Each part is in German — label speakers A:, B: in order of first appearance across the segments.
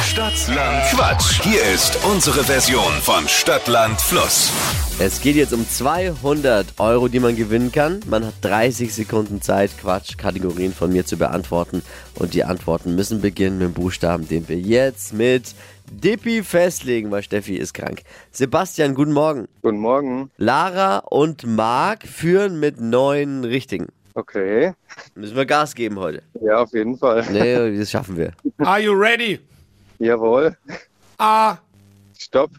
A: Stadtland Quatsch. Hier ist unsere Version von Stadtland Fluss.
B: Es geht jetzt um 200 Euro, die man gewinnen kann. Man hat 30 Sekunden Zeit, Quatschkategorien von mir zu beantworten. Und die Antworten müssen beginnen mit dem Buchstaben, den wir jetzt mit Dippi festlegen, weil Steffi ist krank. Sebastian, guten Morgen.
C: Guten Morgen.
B: Lara und Marc führen mit neun Richtigen.
C: Okay.
B: Müssen wir Gas geben heute.
C: Ja, auf jeden Fall.
B: Nee, das schaffen wir.
D: Are you ready?
C: Jawohl.
D: A,
C: Stopp.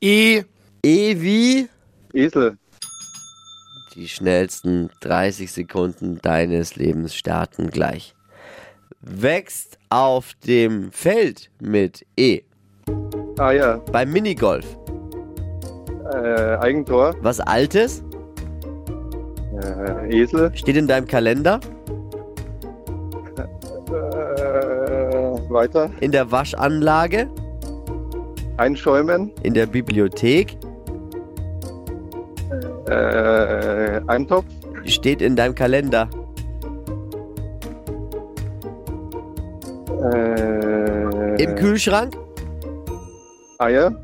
D: E,
B: Evi,
C: Esel.
B: die schnellsten 30 Sekunden deines Lebens starten gleich. Wächst auf dem Feld mit E.
C: Ah ja.
B: Beim Minigolf.
C: Äh, Eigentor.
B: Was Altes
C: Äh, Esel.
B: steht in deinem Kalender.
C: Äh, weiter.
B: In der Waschanlage.
C: Einschäumen.
B: In der Bibliothek.
C: Äh, Eintopf.
B: Steht in deinem Kalender.
C: Äh,
B: Im Kühlschrank.
C: Eier.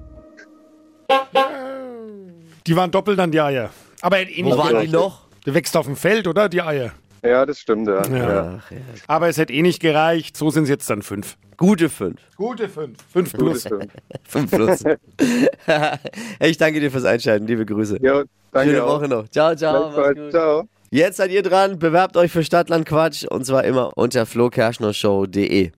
D: die waren doppelt an die Eier. Aber er hat ähnlich
B: Wo waren die
D: gereicht.
B: noch?
D: Der wächst auf dem Feld, oder? Die Eier.
C: Ja, das stimmt, ja.
D: Ja.
B: Ach, ja.
D: Aber es hätte eh nicht gereicht. So sind es jetzt dann fünf.
B: Gute fünf.
D: Gute fünf. Fünf
C: Gut,
D: plus.
C: das stimmt.
B: Fünf plus. ich danke dir fürs Einschalten. Liebe Grüße.
C: Ja, danke
B: Schöne
C: auch.
B: Woche noch. Ciao, ciao. Mach's
C: Gleichfalls.
B: gut.
C: Ciao.
B: Jetzt seid ihr dran. Bewerbt euch für Stadtlandquatsch und zwar immer unter flokerschnershow.de.